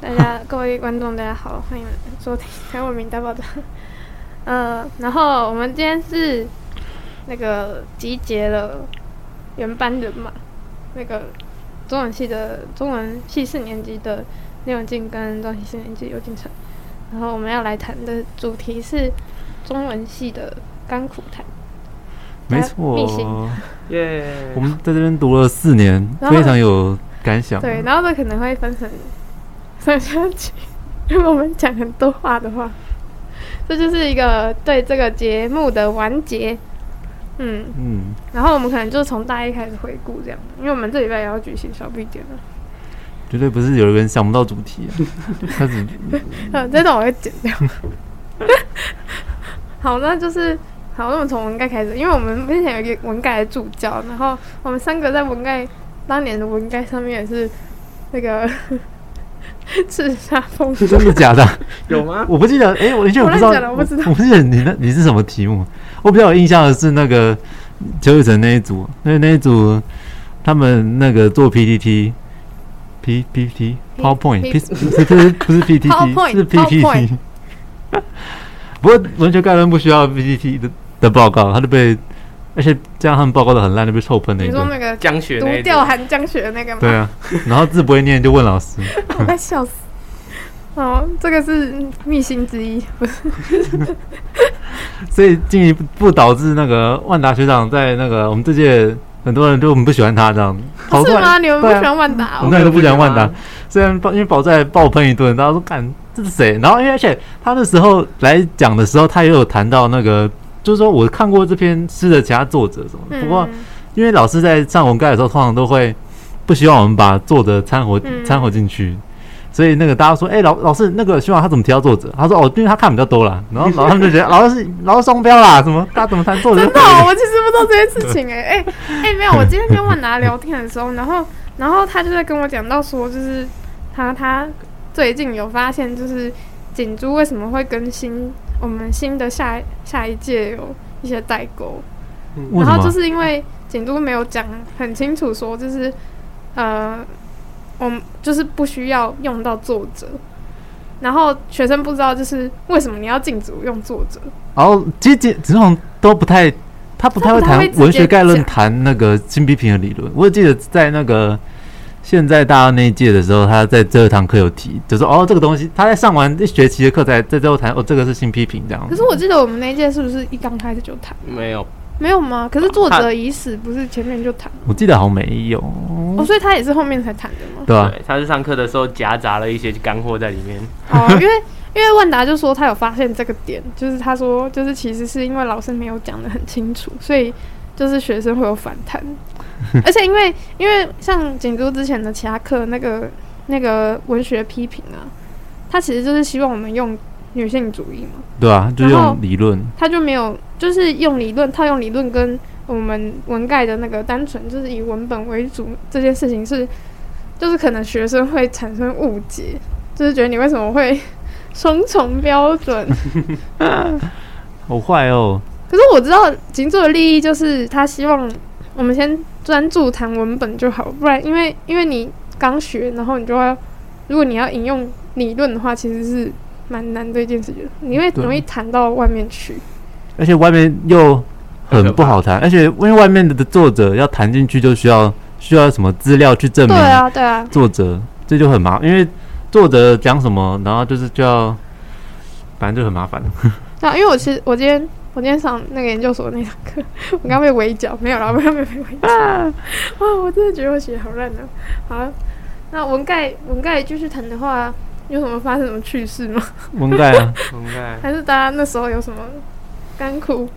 大家各位观众，大家好，欢迎收听《台湾名大爆炸》。 呃，然后我们今天是那个集结了原班人马，那个中文系的中文系四年级的聂永进跟中文系四年级尤进成，然后我们要来谈的主题是中文系的甘苦谈。没密信错，耶我们在这边读了四年，然后非常有感想。对，然后这可能会分成上下集。如果我们讲很多话的话，这就是一个对这个节目的完结。嗯，嗯，然后我们可能就从大一开始回顾这样，因为我们这礼拜也要举行小 B 点了。绝对不是有人想不到主题、 啊，开始呃，这段我会剪掉。 好，那就是好，那我们从文概开始，因为我们之前有一个文概的助教，然后我们三个在文概当年的文概上面也是那个 叱咤风云。真的假的？有吗？我不记得，哎、我以前我我不知道，乱讲了我不知道我不记得你那你是什么题目。我比较有印象的是那个邱雨辰那一组，那那一组他们那个做 PPT。P P T PowerPoint P 不是不是 P T T PowerPoint，是 P P PowerPoint T，不过文学概论不需要 P P T 的的报告，他就被而且这样他们报告的很烂，就被臭喷了一你说顿。那个江雪读那一掉种韩江雪的那个吗？对，啊，然后字不会念就问老师， 我快笑死。哦，这个是秘辛之一，不是？所以进一步导致那个万达学长在那个我们这届很多人都很不喜欢他这样，跑哦是过吗？来，你们不对啊喜欢万达我哦？们那都不喜欢万我达们。虽然爆因为宝在爆喷一顿，大家都看这是谁？然后因为而且他那时候来讲的时候，他也有谈到那个，就是说我看过这篇诗的其他作者什么的，嗯不过因为老师在上文概的时候，通常都会不希望我们把作者掺和嗯掺和进去，所以那个大家说，哎、老老师那个徐老他怎么提到作者？他说哦，因为他看比较多啦。然后老他们就觉得老师是老师双标啦，什么他怎么谈作者？真的哦、我其实不知道这件事情哎、哎哎、没有，我今天跟万达聊天的时候，然后然后他就在跟我讲到说，就是他他最近有发现，就是锦珠为什么会跟新我们新的下下一届有一些代沟，为什然后就么？是因为景都没有讲很清楚，说就是呃，我们就是不需要用到作者，然后学生不知道就是为什么你要禁止用作者，然后其实这这种都不太，他不太会他不太谈会直接文学概论，讲谈那个新批评的理论。我记得在那个。现在大二那一届的时候，他在这堂课有提，就说哦，这个东西他在上完一学期的课才在最后谈哦，这个是新批评这样可。是我记得我们那一届是不是一刚开始就谈？没有，没有吗？可是作者已死，不是前面就谈我记得好像没有，哦，所以他也是后面才谈的吗？对吧、啊对，他是上课的时候夹杂了一些干货在里 面。哦，因为因为万达就说他有发现这个点，就是他说就是其实是因为老师没有讲的很清楚，所以就是学生会有反弹， 而且因为因为像锦州之前的其他课那个那个文学批评啊，他其实就是希望我们用女性主义嘛，对啊，就然后用理论，他就没有就是用理论套用理论跟我们文概的那个单纯就是以文本为主这件事情是，就是可能学生会产生误解，就是觉得你为什么会双重标准？好坏哦。 可是我知道景主的利益就是他希望我们先专注谈文本就好，不然因为因为你刚学，然后你就要如果你要引用理论的话，其实是蛮难的一件事情，你会对容易谈到外面去。而且外面又很很可不怕好谈，而且因为外面的作者要谈进去，就需要需要什么资料去证对明啊，对啊，作者，这就很麻烦。因为作者讲什么，然后就是就要，反正就很麻烦。对啊，因为我其实我今天我今天上那个研究所那堂课，我刚被围剿，没有啦，没有没有被围 剿。哇，我真的觉得我写得好烂啊！好，那文概文概继续谈的话，有什么发生什么趣事吗？文概啊，应该还是大家那时候有什么甘苦？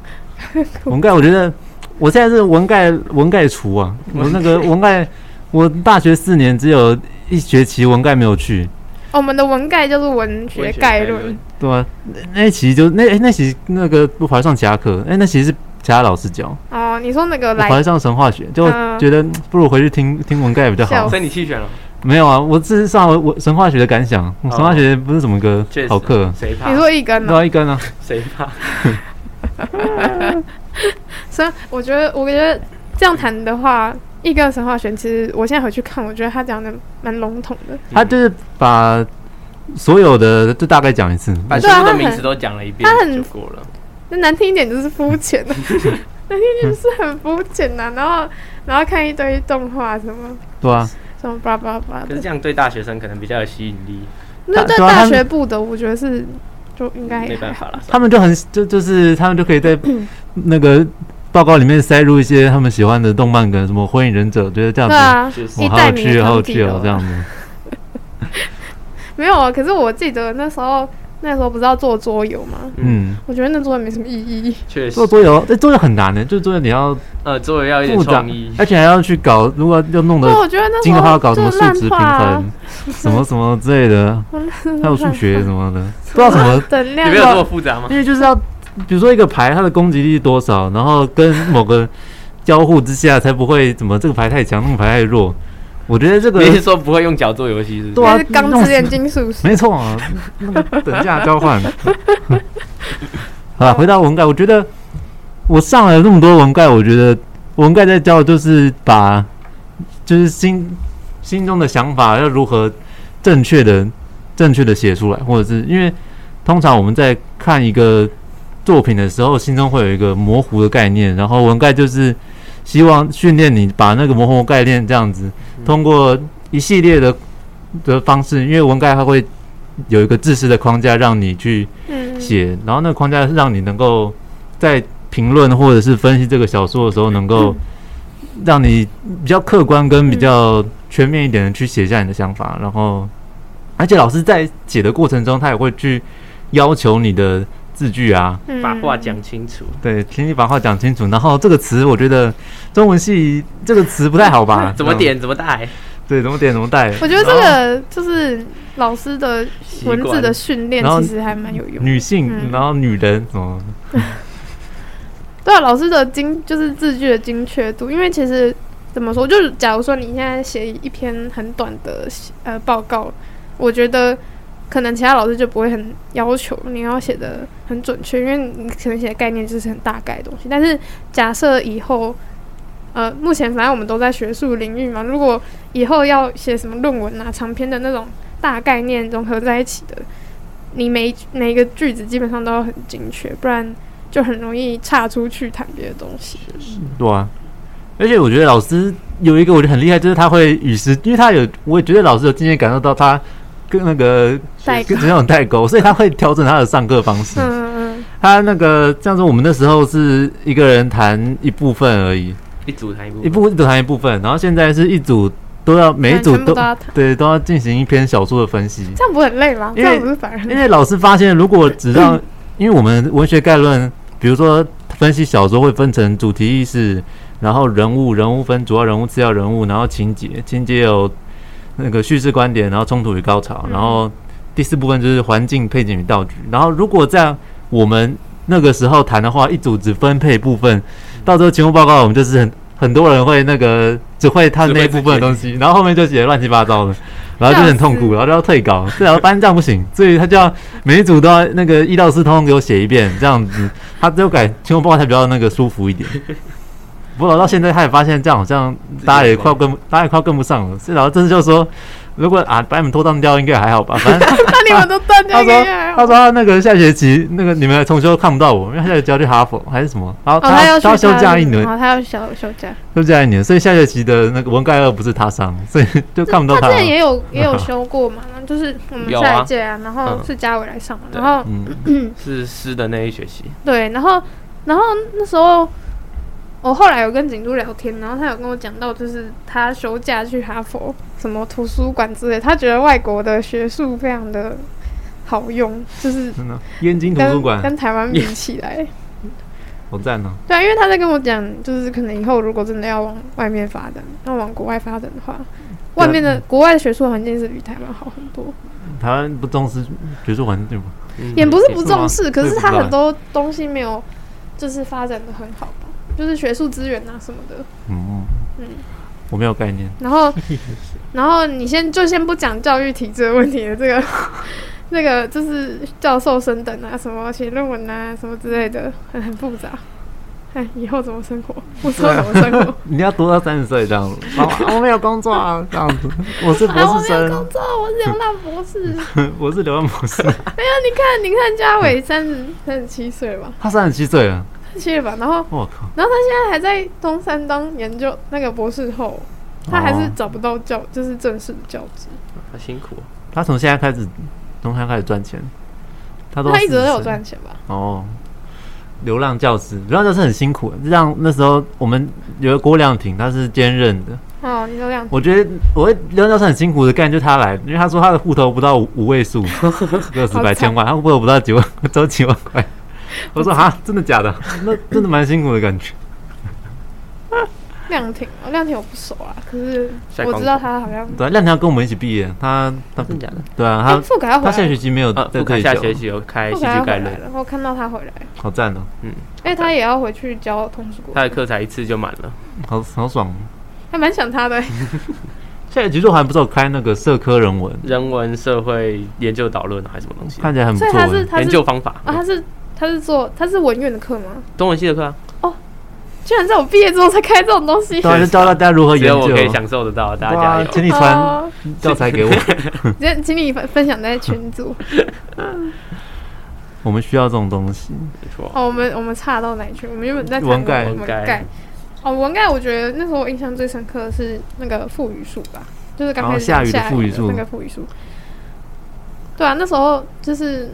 文概，我觉得我现在是文概文概厨啊，我那个文概，我大学四年只有一学期文概没有去，哦我们的文概叫做文学概论，，对啊，那那一期就那哎诶那期那个我跑来上其他课，哎、那其实是其他老师教，哦，你说那个我跑来来上神话学，就嗯觉得嗯不如回去听听文概比较笑好死。所以你弃选了，没有啊，我这是上我神话学的感想，神话学不是什么个哦确实好课，谁怕你？说一根呢？到一根啊，谁怕？所以我觉得我觉得这样谈的话，一嗯根神话学其实我现在回去看，我觉得他讲的蛮笼统的。他就是把所有的就大概讲一次。把对啊全部他很的名词都讲了一遍他很就过了。那难听一点就是肤浅、啊， 难听一点就是很肤浅呐。然后，然后看一堆动画什么对啊，什么叭叭叭可是的，这样对大学生可能比较有吸引力，那对对啊他大们学部的，我觉得是就应该没还办法好了。他们就很就就是他们就可以在嗯那个报告里面塞入一些他们喜欢的动漫跟什么《火影忍者》，觉得这样对子，啊，就是我一好代有迷趣，好有汤底趣哦哦，这样子。没有啊。可是我记得那时候，那时候不是要做桌游吗？嗯，我觉得那桌游没什么意义。确实做，桌游，这桌游很难的，就桌游你要呃，作为要有点复杂哎创意，，而且还要去搞，如果要弄对，得我觉得那时精的话，要候搞什么就数烂值平画啊衡，什么什么之类的，还有数学什么的，不知道什 么等你量没有这么复杂吗？因为就是要，比如说一个牌它的攻击力是多少，然后跟某个交互之下，才不会怎么这个牌太强，那个牌太弱。我觉得这个 你是说不会用脚做游戏是不对是？啊那是钢之炼金术师。没错啊，那个等价交换。 好了，回到文概，我觉得我上了那么多文概，我觉得文概在教的就是把就是心心中的想法要如何正确的正确的写出来，或者是因为通常我们在看一个作品的时候，心中会有一个模糊的概念，然后文概就是希望训练你把那个模糊概念这样子，通过一系列的的方式，因为文概它会有一个自私的框架让你去嗯，写，然后那个框架是让你能够在评论或者是分析这个小说的时候，能嗯够让你比较客观跟比较嗯全面一点的去写下你的想法，然后而且老师在写的过程中，他也会去要求你的字句啊，嗯把话讲清楚，对，请你把话讲清楚。然后这个词，我觉得中文系这个词不太好吧？ 怎么这样？点怎么带，对，怎么点怎么带？嗯我觉得这个就是老师的习文字惯的训练然后其实还蛮有用的。女性，嗯然后女人什么？对啊，老师的精就是字句的精确度，因为其实怎么说，就是假如说你现在写一篇很短的呃报告，我觉得可能其他老师就不会很要求你要写的很准确，因为你可能写的概念就是很大概的东西。但是假设以后，呃，目前反正我们都在学术领域嘛，如果以后要写什么论文啊、长篇的那种大概念融合在一起的，你每一每一个句子基本上都要很精确，不然。就很容易岔出去谈别的东西。对啊，而且我觉得老师有一个我觉得很厉害，就是他会与时，因为他有，我也觉得老师有今天感受到他跟那个代跟那种代沟， 所以他会调整他的上课方式。嗯嗯他那个像是我们那时候是一个人弹一部分而已，一组谈一部，一部只弹一部分，然后现在是一组都要每一组全部都都要谈对都要进行一篇小说的分析。这样不会很累吗？这因为样不是反而很因为老师发现，如果只 让，因为我们文学概论，比如说分析小说会分成主题意识，然后人物，人物分主要人物、次要人物，然后情节，情节有那个叙事观点，然后冲突与高潮，嗯然后第四部分就是环境、配景与道具。然后如果在我们那个时候谈的话，一组只分配部分，到时候情务报告我们就是很。很多人会那个只会他那一部分的东西，然后后面就写得乱七八糟的，然后就很痛笑苦，然后就要退稿，这样班这样不行，所以他就要每一组都要那个一到四通通给我写一遍，这样子他只有改情况报告才比较那个舒服一点。不过到现在他也发现这样好像大家也快跟不大家也快跟不上了，所以老师真的就说，如果啊把你们拖当掉应该还好吧， 反正那你们都断掉他一个啊说月还他好说他那个下学期那个你们重修看不到我，因为他下学期要去哈佛还是什么，然后哦，他要他要去休假一他年，哦，他要休休假。休假一年，所以下学期的那个文概二不是他上，所以就看不啊到他他之。前也 有也有修过嘛，就是我们有啊下一届啊，然后嗯是嘉伟来上嘛，对然后嗯，是诗的那一学期，对，然后然后那时候我后来有跟景都聊天，然后他有跟我讲到，就是他休假去哈佛什么图书馆之类，他觉得外国的学术非常的好用，就是真的，燕京图跟书馆跟台湾比起来。 好赞哦。对啊，因为他在跟我讲，就是可能以后如果真的要往外面发展，要往国外发展的话，啊外面的国外的学术环境是比台湾好很多，台湾不重视学术环境吗？嗯也不是不是吗重视，可我也是不他知道很多东西没有，就是发展的很好吧，就是学术资源啊什么的。嗯嗯我没有概念。然 后，然后你先就先不讲教育体制的问题了，这个 这个就是教授升等啊，什么写论文啊，什么之类的，很很复杂，哎，以后怎么生活？不知道怎么生活。你要读到三十岁这样，妈妈我没有工作啊，这样子， 啊我是哎，我博士没有工生，作，我是流浪博 士。我是流浪博士，没有，你看，你看，嘉伟三十三十七岁吧， 他三十七岁了，三十七岁吧，然后我靠，然后他现在还在东山当研究那个博士后，他还哦是找不到教，就是正式的教职。好辛苦哦。他从现在开始，从他开始赚钱，他都他一直都40有岁赚钱吧？哦，流浪教师，流浪教师很辛苦。让那时候我们有个郭亮婷，他是兼任的。哦，你都这样，我觉得我会流浪教师很辛苦的概念就是他来，因为他说他的户头不到五五位 数，个十百千万，他户头不到几万，只有几万块。我说哈，真的假 的？那真的蛮辛苦的感觉。亮挺，哦亮挺我不熟啊，可是下一我关知道他好像，对啊，亮婷要跟我们一起毕业，他他不真的假的？对啊，哎，他副凯要回他下来学了，期没有啊，在不这看里下教学，期有开副戏凯要剧回概来论，了，我看到他回来了，好赞哦，因为他也要回去教通识国他，的课才一次就满了。好好爽。哦还蛮想他的。下学期若涵不是有开那个社科人文，人文社会研究导论啊还是什么东西？看起来很不所以错他是欸。他研是究方法，啊，他是他是做他是文院的课吗？中文系的课啊，居然在我毕业之后才开这种东西。对啊，就教大家如何只研有我究可。以享受得到，大家加哇油！请你传哦，教材 给我， 请请你分分享在群组。我们需要这种东西。没错，哦，我们我们差到哪里去？我们原本在谈文概文文概概。哦，文概，我觉得那时候我印象最深刻的是那个赋语术吧，就是刚哦开始下雨的赋语的术那个赋语术。对啊，那时候就是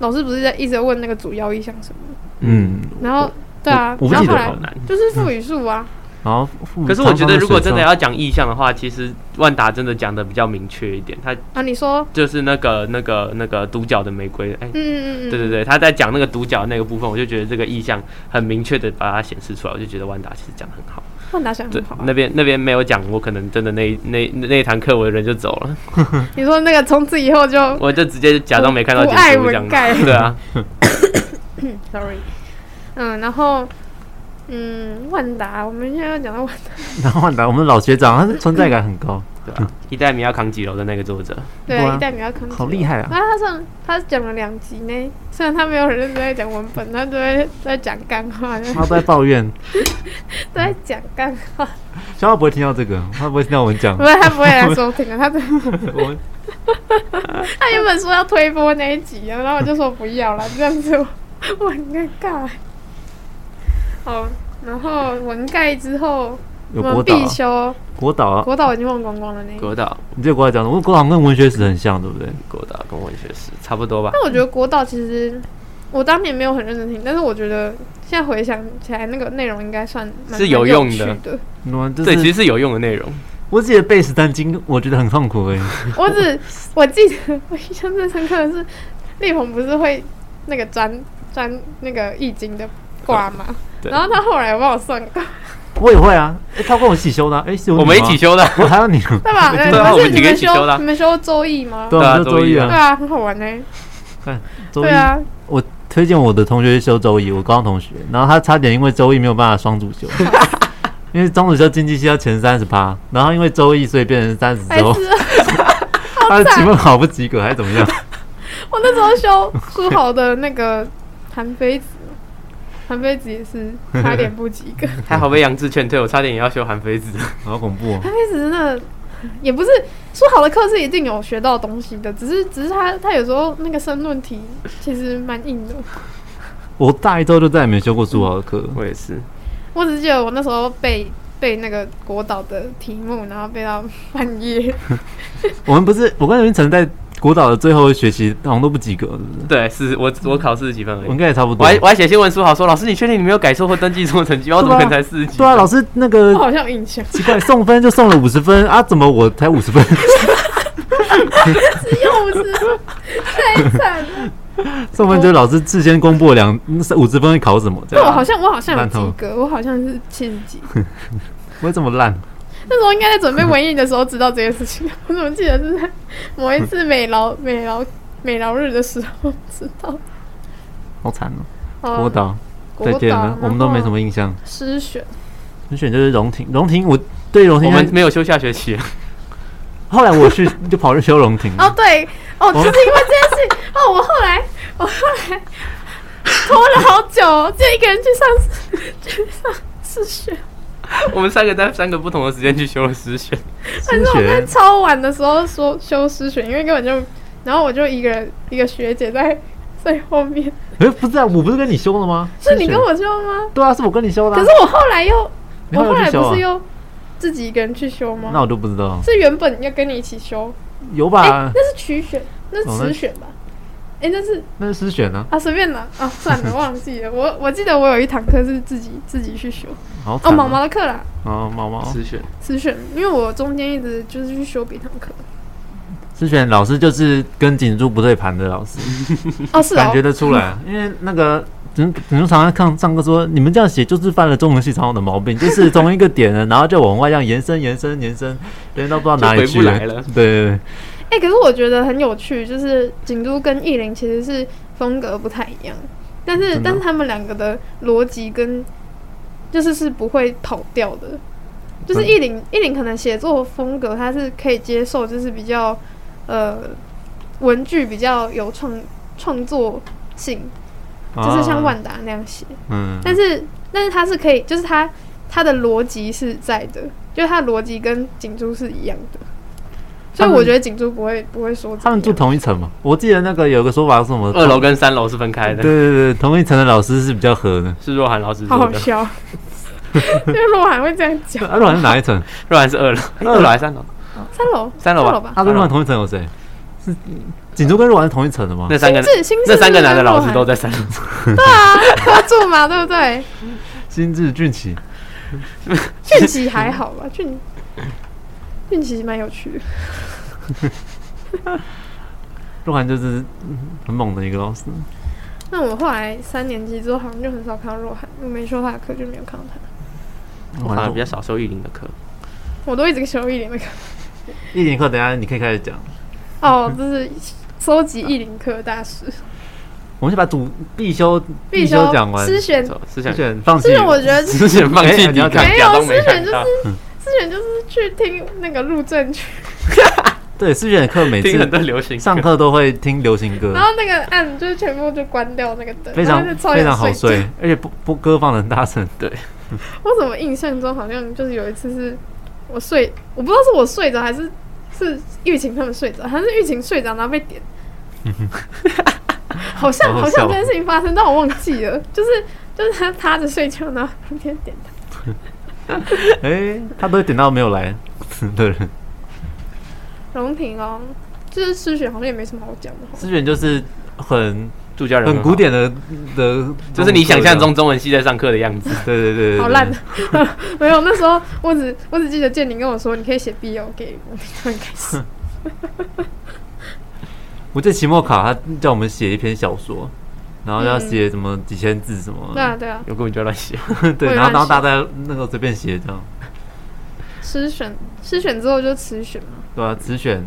老师不是在一直在问那个主要意向什么，嗯，然后对啊，我不然记后得后了来好难。就是赋语术啊，然后父母可是我觉常得，常如果真的水上要讲意向的话，其实万达真的讲的比较明确一点，他啊，你说，就是那个那个那个独角的玫瑰，哎、嗯嗯嗯，对对对，他在讲那个独角那个部分，我就觉得这个意向很明确的把它显示出来，我就觉得万达其实讲得很好。换打想对很好，啊。那边那边没有讲，我可能真的那一那那那一堂课我人就走了， 你说那个从此以后就我就直接假装没看到不结爱束这文样子概。 对啊， ，sorry，嗯，然后嗯，万达，我们现在要讲到万达，然后换达我们的老学长，他的存在感很高，对啊，一代米要扛几楼的那个作者， 对哇啊，一代米要康，好厉害啊！啊，他上他讲了两集呢，虽然他没有很认真在讲文本，他都在在讲干 话，都他都在 抱怨，在讲干话，小花不会听到这个，他不会听到我们讲不。会，他不会来收听啊的，他 只我们他原本说要推播那一集啊，然后我就说不要了，这样子我我很尴尬。好，然后文概之后，我有国们岛必啊，修国岛啊，国岛我已经忘光光了呢。国岛你这个国岛讲的，我国岛跟文学史很像，对不对？国岛跟文学史差不多吧。但我觉得国岛其实我当年没有很认真听，但是我觉得现在回想起来，那个内容应该算蛮是有蛮用趣的的。那就对，其是实是有用的内容。我自己的背史单经，我觉得很痛苦哎。我 只我记得我印象最深刻的是，力宏不是会那个粘粘那个易经的卦嘛，嗯对然后他后来有帮我算卦，我也会啊，诶他跟我一起修的啊，哎，是有你我们一吗起，修的，我还有你，对吧？对啊但我是们你几个一们起修的啊你们修周易吗？对啊，我们 对啊就周易对啊，啊，很好玩呢、周对易啊，推荐我的同学去修周易，我高中同学，然后他差点因为周易没有办法双主 修，因为双主修经济系要前三十趴，然后因为周易所以变成三十还周，哎是啊他的惨期末考不及格还是怎么样？我那时候 修苏豪的那个韩非子，韩非子也是差点不及格。还好被杨志劝退，我差点也要修韩非子。好恐怖哦！刚开始真的也不是说好的课是一定有学到东西的，只是只是他他有时候那个申论题其实蛮硬的。我大一周就再也没修过数学课，我也是，我只记得我那时候背背那个国岛的题目，然后背到半夜。我们不是我跟云晨在国岛的最后一学期好像都不及格，是不是？对，是我我考四十几分而我应已。该也差不我多还。我还写信问书豪说：“老师，你确定你没有改错或登记错成绩吗？我怎么可能才四十几？”对啊，老师那我个好像有印象，奇怪送分就送了五十分啊，怎么我才五十 分？只有五十分，太惨了。送分就是老师事先公布了两五十分会考什么这但我样，好像我好像有烂透及格，我好像是七十几。我这么烂。那时候应该在准备文艺的时候知道这件事情，我怎么记得是在某一次美劳美劳美劳日的时候知道。好惨哦！哦国岛，再见了，我们都没什么印象。诗选。你选就是荣廷，荣廷我对荣我廷，们没有修下学期， 后来我 去就跑去修荣廷了 哦哦哦，对，哦，就是因为这件事情，哦，我后来，我后来，拖了好久、哦，就一个人去上去上试学，我们三个在三个不同的时间去修了诗选，但失是我在学超晚的时候说修诗学，因为根本就，然后我就一个人一个学姐在最后面，哎，不是啊，我不是跟你修的吗？是你失学跟我修吗？对啊，是我跟你修的啊、可是我后来又，你我后后来来去修啊不是又自己一个人去修那吗？我就不知道，是原本要跟你一起修，有哎、吧？那是取选，那哦是那词选吧？哎、那是那是失选呢、啊，随便啦，啊，算 了，忘记了。我我记得我有一堂课是自己自己去修，好哦，惨啊毛毛的课啦，哦，毛毛私选词选，因为我中间一直就是去修别堂 课。失选老师就是跟锦珠不对盘的老师，哦，是感哦觉，得出来，因为那个。锦锦珠常常看上课说，你们这样写就是犯了中文系常有的毛病，就是从一个点呢，然后就往外这样延伸、延伸、延伸，延伸到不知道就哪里回去不来了。对对对，哎、可是我觉得很有趣，就是景都跟意林其实是风格不太一样，但是真的但是他们两个的逻辑跟就是是不会跑掉的。就是嗯意林意林可能写作风格他是可以接受，就是比较呃文具比较有创创作性，啊就是像万万达那样写。嗯，但是但是他是可以，就是他他的逻辑是在的，就是他的逻辑跟景珠是一样的，所以他们我觉得景珠不会不会说他们怎住么样同一层嘛，我记得那个有个说法是什么， 二楼跟三楼是分开对的，对对，同一层的老师是比较合 的。是若涵老师好做好的。笑， 因为鹿晗会这样讲。阿鲁啊是哪一层？若涵是 二楼，二楼还是三楼？三楼，三楼楼吧吧。 他跟鹿晗同一层有谁？是锦州跟鹿晗是同一层的吗？那三个新智新智那三个是男的跟鹿老师都晗在三 楼，对啊，合住嘛，对不对？心智俊奇，俊奇还好吧，俊俊奇蛮有趣的。鹿晗就是嗯很猛的一个老师。嗯那我后来三年级之后好像就很少看到鹿晗，我没修他的课就没有看到他，我好像啊比较少收玉林的课。我都一直修一林的课。一节课，等一下你可以开始讲。哦，就是收集一林课大师。我们先把主必修必修修讲完，思璇，走思思想 选放弃思。璇我觉得思想放哎弃你要讲你看，没有假装没思璇看到就，思璇就是去听那个路政去，对思选的课每听很多次流行歌上课都会听流行歌然，后那个按就是全部就关掉那个灯，非常然后就超非想常好睡睡觉。，而且播播歌放的很 大声。我怎么印象中好像就是有一次是我睡，我不知道是我睡着还是是玉琴他们睡着，好像是玉琴睡着然后被点。好像好好好像笑这件事情发生，但我忘记了，就是就是他趴着睡觉，然后旁边点他。哎，他都会点到没有来的人。荣平哦，就是失血好像也没什么好讲的哦。思选就是很助教人很好古，典的的，就是你想象中中文系在上课的样子。对对对对，对好烂。 没有，那时候我只我只记得建宁跟我说，你可以写 BO 给我， 我很开心。我记得期末考他叫我们写一篇小说，然后嗯要写什么几千字什么，对啊对啊，我根本就乱写，我 对，也然后乱然后写大家那个随便写这样，失选失选之后就辞选嘛，对啊，只选，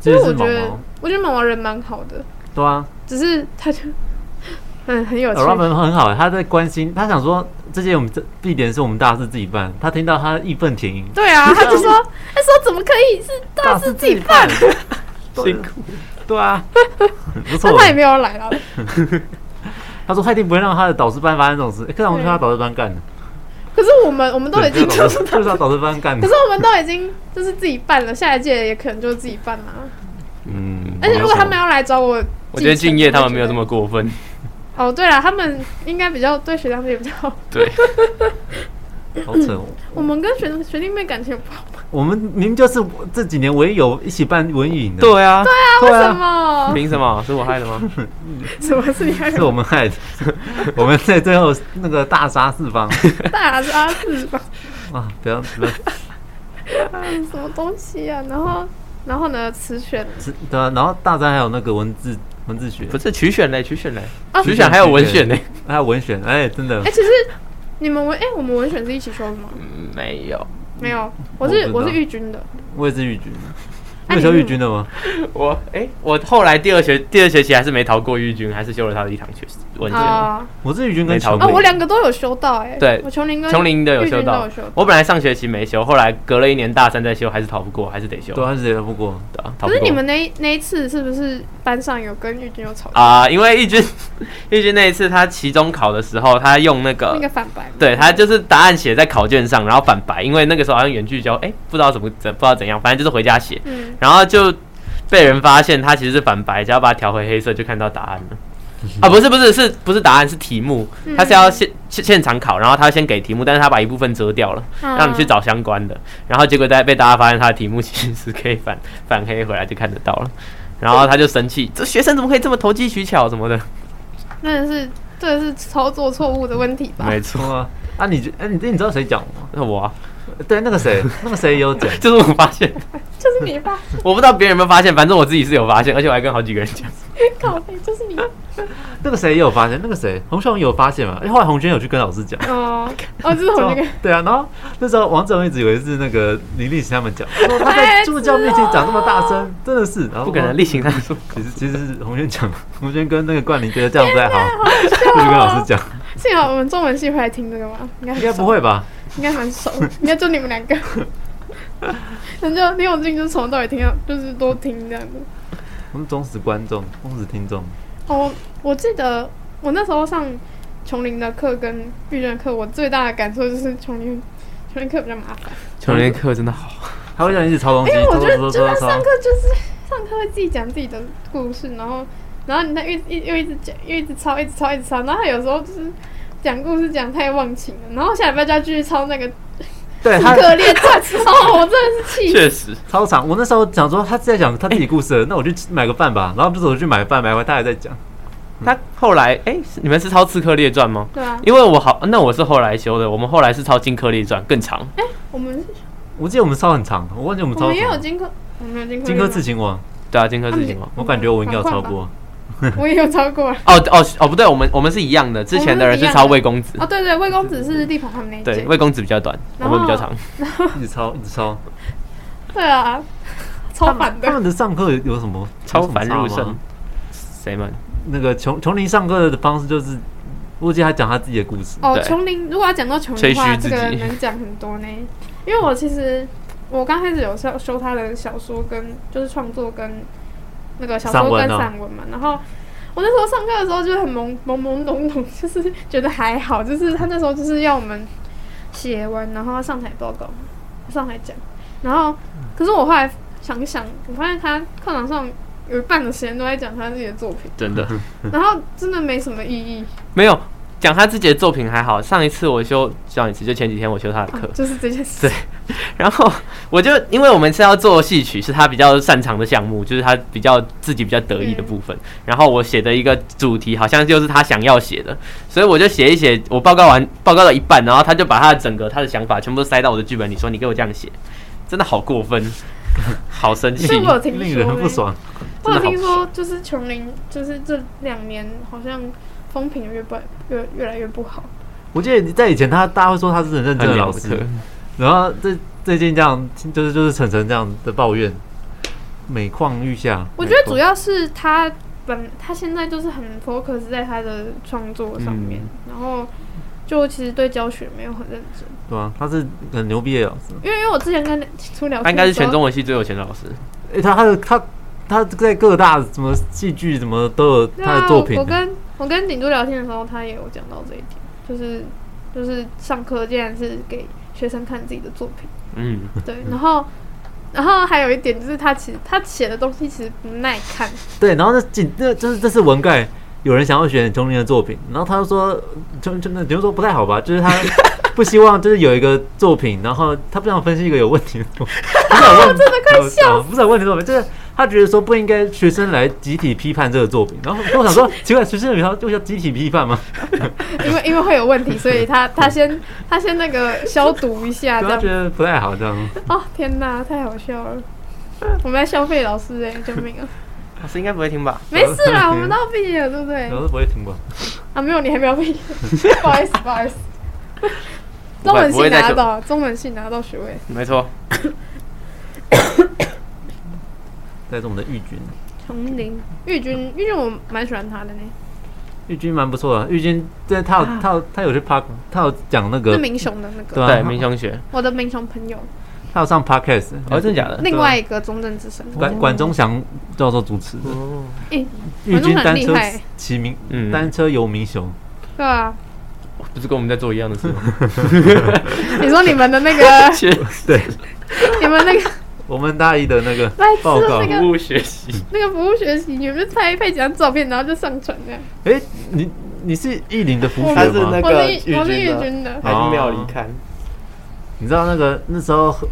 就这是就我是觉毛得毛，我觉得毛毛人蛮好的，对啊，只是他就嗯很有趣老，拉们很好，哦他在关心，他想说这些我们这地点是我们大四自己办，他听到他义愤填膺，对啊，他就说他说怎么可以是大四自己办，对辛苦。对啊， 不错那，他也没有来啊了，他说他一定不会让他的导师班发生这种事，欸可是我们对去他导师班干的，可是我们我们都已经对就。就是是就是他导师班干 可的是，我们都已经就是自己办了，下一届也可能就自己办啦。嗯，而且如果他没们有要来找我继承，我觉得敬业他们没有这么。么过 分，哦，对了，他们应该比较对学长姐比较好。对，什么好扯哦，我们跟学学弟妹感情不好，我们明明就是这几年唯一有一起办文艺营的， 对啊，对为什啊，么？凭什么？是我害的吗？什么是你害是我们害的， 我们在最后那个大杀四方 大杀四 方？啊！不要不要，什么东西啊？然后，然后呢？词选对啊，然后大三还有那个文字文字学 不，是取选嘞，取选嘞，啊？取选还有文选嘞，还有文选，哎，真的哎，，其实你们文哎，我们文选是一起修的吗？嗯没有，没有，我是我不知道我是玉军的。我也是玉军，那你你修是玉军的吗？我哎，我后来第二学第二学期还是没逃过玉军，还是修了他的一堂学文件。啊，我是宇君跟乔没逃哦，林过我两个都有修到哎、对我琼林跟琼林的有玉修林都到哦有，修到。我本来上学期没修，后来隔了一年大三再修，还是逃不过，还是得修。对，他是啊谁都不过，对啊，逃可不是过你们那一那一次是不是班上有跟玉军有吵架？啊、因为玉军 玉军那一次他期中考的时候，他用那个那个反白吗，对他就是答案写在考卷上，然后反白，因为那个时候好像远距教，哎、不知道怎么怎不知道怎样，反正就是回家写，嗯，然后就被人发现他其实是反白，只要把它调回黑色就看到答案了。啊，不是不是是不是答案是题目，嗯他是要现现现场考，然后他先给题目，但是他把一部分遮掉了， 让你去找相关的，然后结果再被大家发现他的题目其实是可以反 反黑回来就看得到了，然后他就生气， 这学生怎么可以这么投机取巧什么的？嗯，那是这是操作错误的问题吧？没错啊。啊，你觉哎，你你知道谁讲吗？那我啊、 对，那个谁，那个谁也有讲，就是我发现， 就是你吧，我不知道别人有没有发现，反正我自己是有发现，而且我还跟好几个人讲。靠背就是你那个谁也有发现，那个谁洪秀荣也有发现嘛。哎，后来洪娟有去跟老师讲。哦哦，就是我们那个对啊，然后那时候王志荣一直以为是那个林立奇他们讲，说他在助教面前讲那么大声，真的是，然后不可能，例行他 说，其实其实是洪轩讲，洪轩跟那个冠霖觉得这样不太好，就去跟老师讲，幸好我们中文系会来听这个吗？应该应很该熟不，会吧？应该蛮熟，应该就你们两个。人家李永进就是从头到尾听到，就是都听这样子。我们忠实观众，忠实听众，哦，我记得我那时候上琼林的课跟玉娟的课，我最大的感受就是琼林琼林课比较麻烦，穷人课真的好。他会让你一直抄东西，因为我抄觉抄得抄就抄是上抄课，就是上课会自己讲自己的故事，然后然后你在一一又一直讲，又一直抄，一直抄，一直抄，然后他有时候就是讲故事讲太忘情了，然后下礼拜就要继续抄那个对以他色列战，哦，我真的是气死。确实，超长。我那时候想说他是在讲他自己故事，那我就买个饭吧，然后不是我去买饭，买完他还在讲，他后来哎、是你们是抄《刺客列传》吗？对啊，因为我好，那我是后来修的，我们后来是抄《荆轲列传》更长。我们我记得我们抄很长，我忘记我们我抄们什也有么。荆轲，我们有荆轲。荆轲刺，秦王，对啊，《荆轲刺秦王》。我感觉我应该有抄赶快过。我也有抄过啊。哦哦哦，不对，我们我们是一样的，之前的人是抄魏公子哦，，对对，魏公子是立鹏他们那一对，届。魏公子比较短，我然后们比较长。一直抄，一直抄。对啊，超烦他的。们的上课有什么超凡入？有什么差圣吗，谁们？那个琼琼林上课的方式就是，我记得他讲他自己的故事。哦，对琼林，如果要讲到琼林的话，吹嘘自这己个能讲很多呢。因为我其实我刚开始有修修他的小说跟就是创作跟那个小散说文跟哦散文嘛，然后。我那时候上课的时候就是很懵懵懵懂懂，就是觉得还好，就是他那时候就是要我们写完，然后上台报告，上台讲，然后可是我后来想一想，我发现他课堂上有一半的时间都在讲他自己的作品，真嗯的然后真的没什么意义，没有讲他自己的作品还好。上一次我修，上一次就前几天我修他的课，啊嗯就是这件事。然后我就因为我们是要做戏曲，是他比较擅长的项目，就是他比较自己比较得意的部嗯分。然后我写的一个主题好像就是他想要写的，所以我就写一写。我报告完报告到一半，然后他就把他的整个他的想法全部都塞到我的剧本里，说你给我这样写，真的好过分， 好生气是。我有听令说欸人不呢爽。我有听真的好说，就是琼林，就是这两年好像风评越不越越来越不好。我记得在以前他大家会说他是很认真的老很了师不，然后最最近这样就是就是晨晨这样的抱怨，每况愈下。我觉得每主况要是他本他现在就是很 focus 在他的创作上面，嗯然后就其实对教学没有很认真。对啊，他是很牛逼的老师。因为因为我之前跟初聊天的时候，他应该是全中文系最有钱的老师，诶，他他的他他在各大什么戏剧什么都有对他啊的作品我我。跟我跟顶都聊天的时候，他也有讲到这一点，就是就是上课竟然是给学生看自己的作品。嗯，对， 然后，然后还有一点就是他其实他写的东西其实不耐看，对，然后那紧那就是这是文概，有人想要选琼林的作品，然后他就说，就就那你就说不太好吧，就是 他不希望就是有一个作品，然后他不想分析一个有问题的作品，不是有问真的快笑， 不是有问题的作品，就是他觉得说不应该学生来集体批判这个作品，然后我想说奇怪，学生有要就要集体批判吗？因为因为会有问题，所以他他先他先那个消毒一下，对这他觉样。得不太好这样。哦，天哪，太好笑了。我们在消费老师哎、救命啊！老师应该不会听吧？没事啦，我们都要毕业了，对不对老？师不会听吧？啊，没有，你还没有 毕业，不好意思，不好意思。中文不会系再拿修到，中文系拿到学位，没错，带着我们的玉军，琼林、玉军、玉军，我蛮喜欢他的呢。玉军蛮不错的，玉军对他有他有他有去 park，他有讲啊那是个明雄的那个，对啊对，明雄学，我的明雄朋友，他有上 podcast，哦，真的假的？啊另外一个中正之声，管管中祥教授主持的，哦，玉管中祥军很单厉车害骑名嗯单车游明雄，对啊，不是跟我们在做一样的事吗？ 你说你们的那 个，学对，你们那个我们大一的 那个白痴报告那，个服务学习，那个服务学习，你们就拍一拍几张照片，然后就上传这样。哎，你你是意林的服务他学是吗那？我个是玉我是玉玉军的军的，还是庙里看，你知道那个那时候和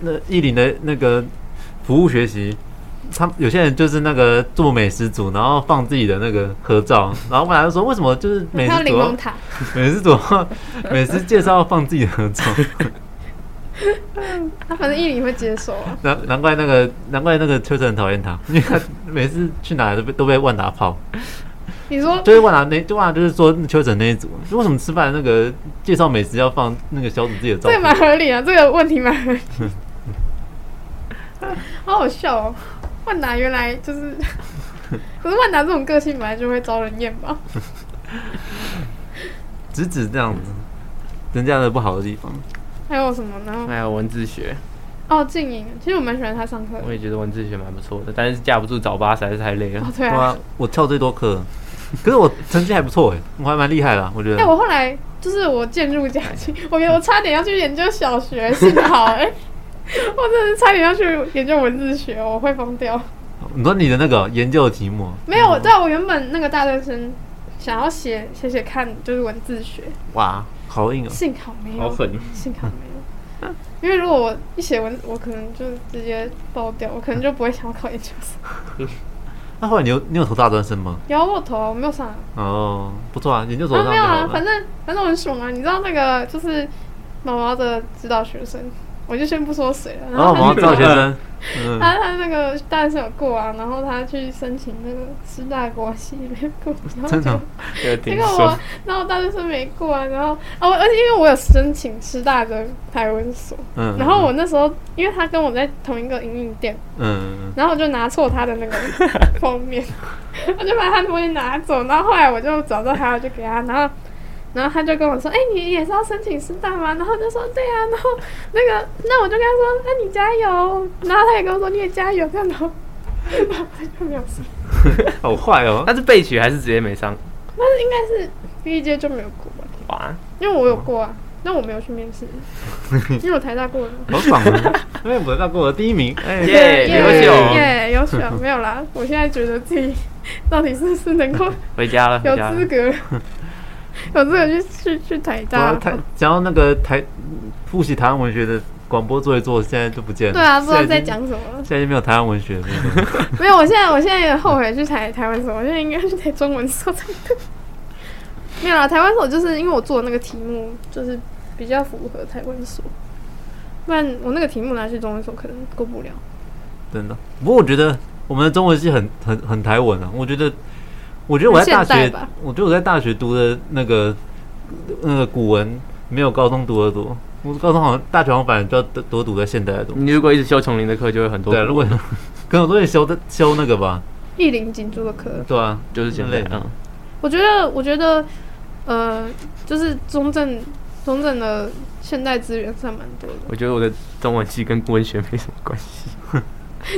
那意林的那个服务学习，他们有些人就是那个做美食组，然后放自己的那个合 照，然后后来就说为什么就是美还有食柠组檬要塔， 美食组要美食介绍要放自己的合照，他反正一林会接受 啊。难难怪那个难怪那个邱晨很讨厌他， 因为他每次去哪都被都被万达泡，你说就是万达那就万达就是说邱晨那一组，为什么吃饭那个介绍美食要放那个小组自己的照这个片？蛮合理啊，这个问题蛮 合理。好好笑哦，万达原来 就是，可是万达这种个性本来就会招人厌吧？直指这样子，人家的不好的地方。还有什么呢？还有文字学，哦，静莹，其实我蛮喜欢他上课的。我也觉得文字学蛮不错的，但是架不住早八实在是太累了哦，。对对啊啊，，我跳最多课，可是我成绩还不错哎，我还蛮厉害的啊、我觉哎、得。我后来就是我渐入佳境，我觉得我差点要去研究小学，幸好哎、我真的是差点要去研究文字学，我会疯掉。你说你的那个研究题目，啊没有，我对啊我原本那个大专生想要写写写看，就是文字学，哇，好硬哦、幸好没有， 好狠 幸好没有。因为如果我一写文，我可能就直接爆掉，我可能就不会想要考研究生。那后来你有你有投大专生吗？有啊我有投啊，我没有上啊，哦，不错啊，研究所啊上没就有好了。啊，反正反正我很爽啊。你知道那个就是毛毛的指导学生，我就先不说谁了。然然后后他我们去赵学生，嗯，他他那个当然是有过啊，然后他去申请那个师大国系没过，然后真结的果哦结有听果说我，然后大学生没过啊，然后啊我而且因为我有申请师大的台文所，嗯，然后我那时候因为他跟我在同一个影印店，嗯，然后我就拿错他的那个封面，我就把他的东西拿走，然后后来我就找到他，我就给他，然后。然后他就跟我说：“哎、你也是要申请师大吗？”然后我就说：“对啊。”然后那个，那我就跟他说：“那、你加油。”然后他也跟我说：“你也加油。”这样，然后然后他就没有上，嗯好坏哦、他是被取还是直接没上？但是应该是第一届就没有过吧，哇，因为我有过啊，但我没有去面试，因为我台大过了嘛。好爽啊！ 因为我那过我第一名，哎、耶耶优秀耶，优秀，没有啦。我现在觉得自己到底是不是能够回家了，回有家资了。格， 有资格去去去台我大要。台想要那个台复习台湾文学的广播做一做，现在就不见了。对啊，不知道现在已经，讲 什么。现在就没有台湾文学了。没有，我现在我现在也后悔去台台湾所，我现在应该去台中文所才对。 没有啦，台湾所就是因为我做的那个题目就是比较符合台湾所，不然我那个题目拿去中文所可能过不了。真的。不过我觉得我们的中文系很很很台文啊，我觉得，我觉得我在大很现代学吧，我觉得我在大学读的那个那个古文没有高中读的多，我高中好像大学好像反而就要多多读个现代的东西。你如果一直修丛林的课，就会很多对啊，如果 可能我都得修的修那个吧，意林锦珠的科，对啊，就是现在类的嗯我觉得，我觉得，呃，就是中正中正的现代资源算蛮多的。 我觉得我的中文系跟文学没什么关系。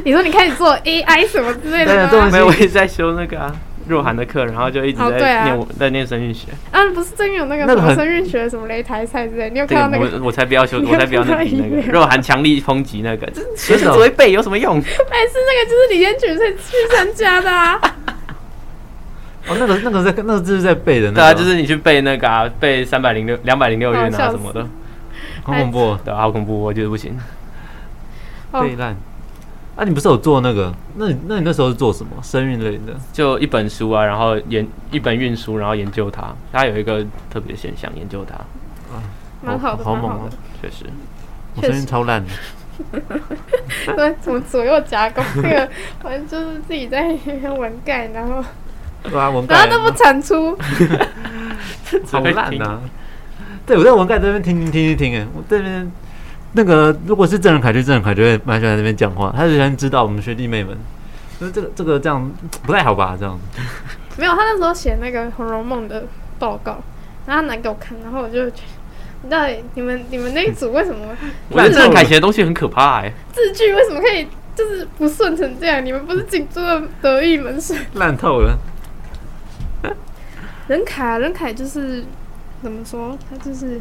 你说你开始做 AI 什么之类的 对啊中文吗？没有，我一直在修那个啊，若涵的课，然后就一直啊哦在对啊念我在念声韵学。啊，不是，最近有那个什那个么很生日学什么擂台赛之类，你有这看到那个？我我才不要 修，我才不要那题那你看到个一若涵强力抨击那个，这真学的生哦只会背有什么 用？哎，是那个，就是李彦举是去参加的啊。哦，那个那个在那个就是在背的那个，对啊，就是你去背那个啊，背三百零六、两百零六哦院笑啊死什么的，好恐怖哦，对啊，好恐怖，我觉得不行。哦背烂。啊，你不是有做那个？那你那你那时候是做什么？声韵类的？就一本书啊，然后研一本运输，然后研究它，它有一个特别现象，研究它，蛮好的，好蛮猛好哦的。！确实，我确实声韵超 烂的。对，怎么左右夹攻？ 这个反正就是自己在那边文概，然后对啊，文然后概都不产出。好烂呐、对，我在文盖这边听听听听听，哎，我这边那个如果是郑仁凯，就郑仁凯就会蛮喜欢在那边讲话，他就喜欢指导我们学弟妹们。就是这个这个这样不太好吧？这样没有，他那时候写那个《红楼梦》的报告，然后他拿给我看，然后我就觉得，你到底你们你们那一组为什么我觉得郑凯写的东西很可怕哎、字句为什么可以就是不顺成这样？你们不是紧追的得意门生？烂透了。任凯啊，任凯就是怎么说？他就是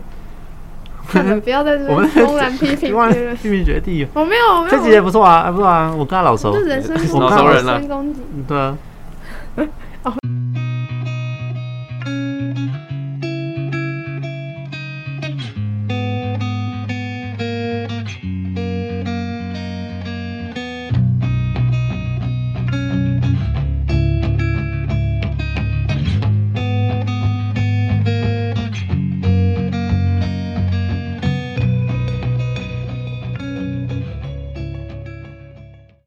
算了，不要在这边我们嗯公然 批评别人。批评学弟，哦我没有，我没这有，集也不错啊，还不错啊，我跟他老啊我熟就。人身我攻们击，老熟人了身攻击。对啊，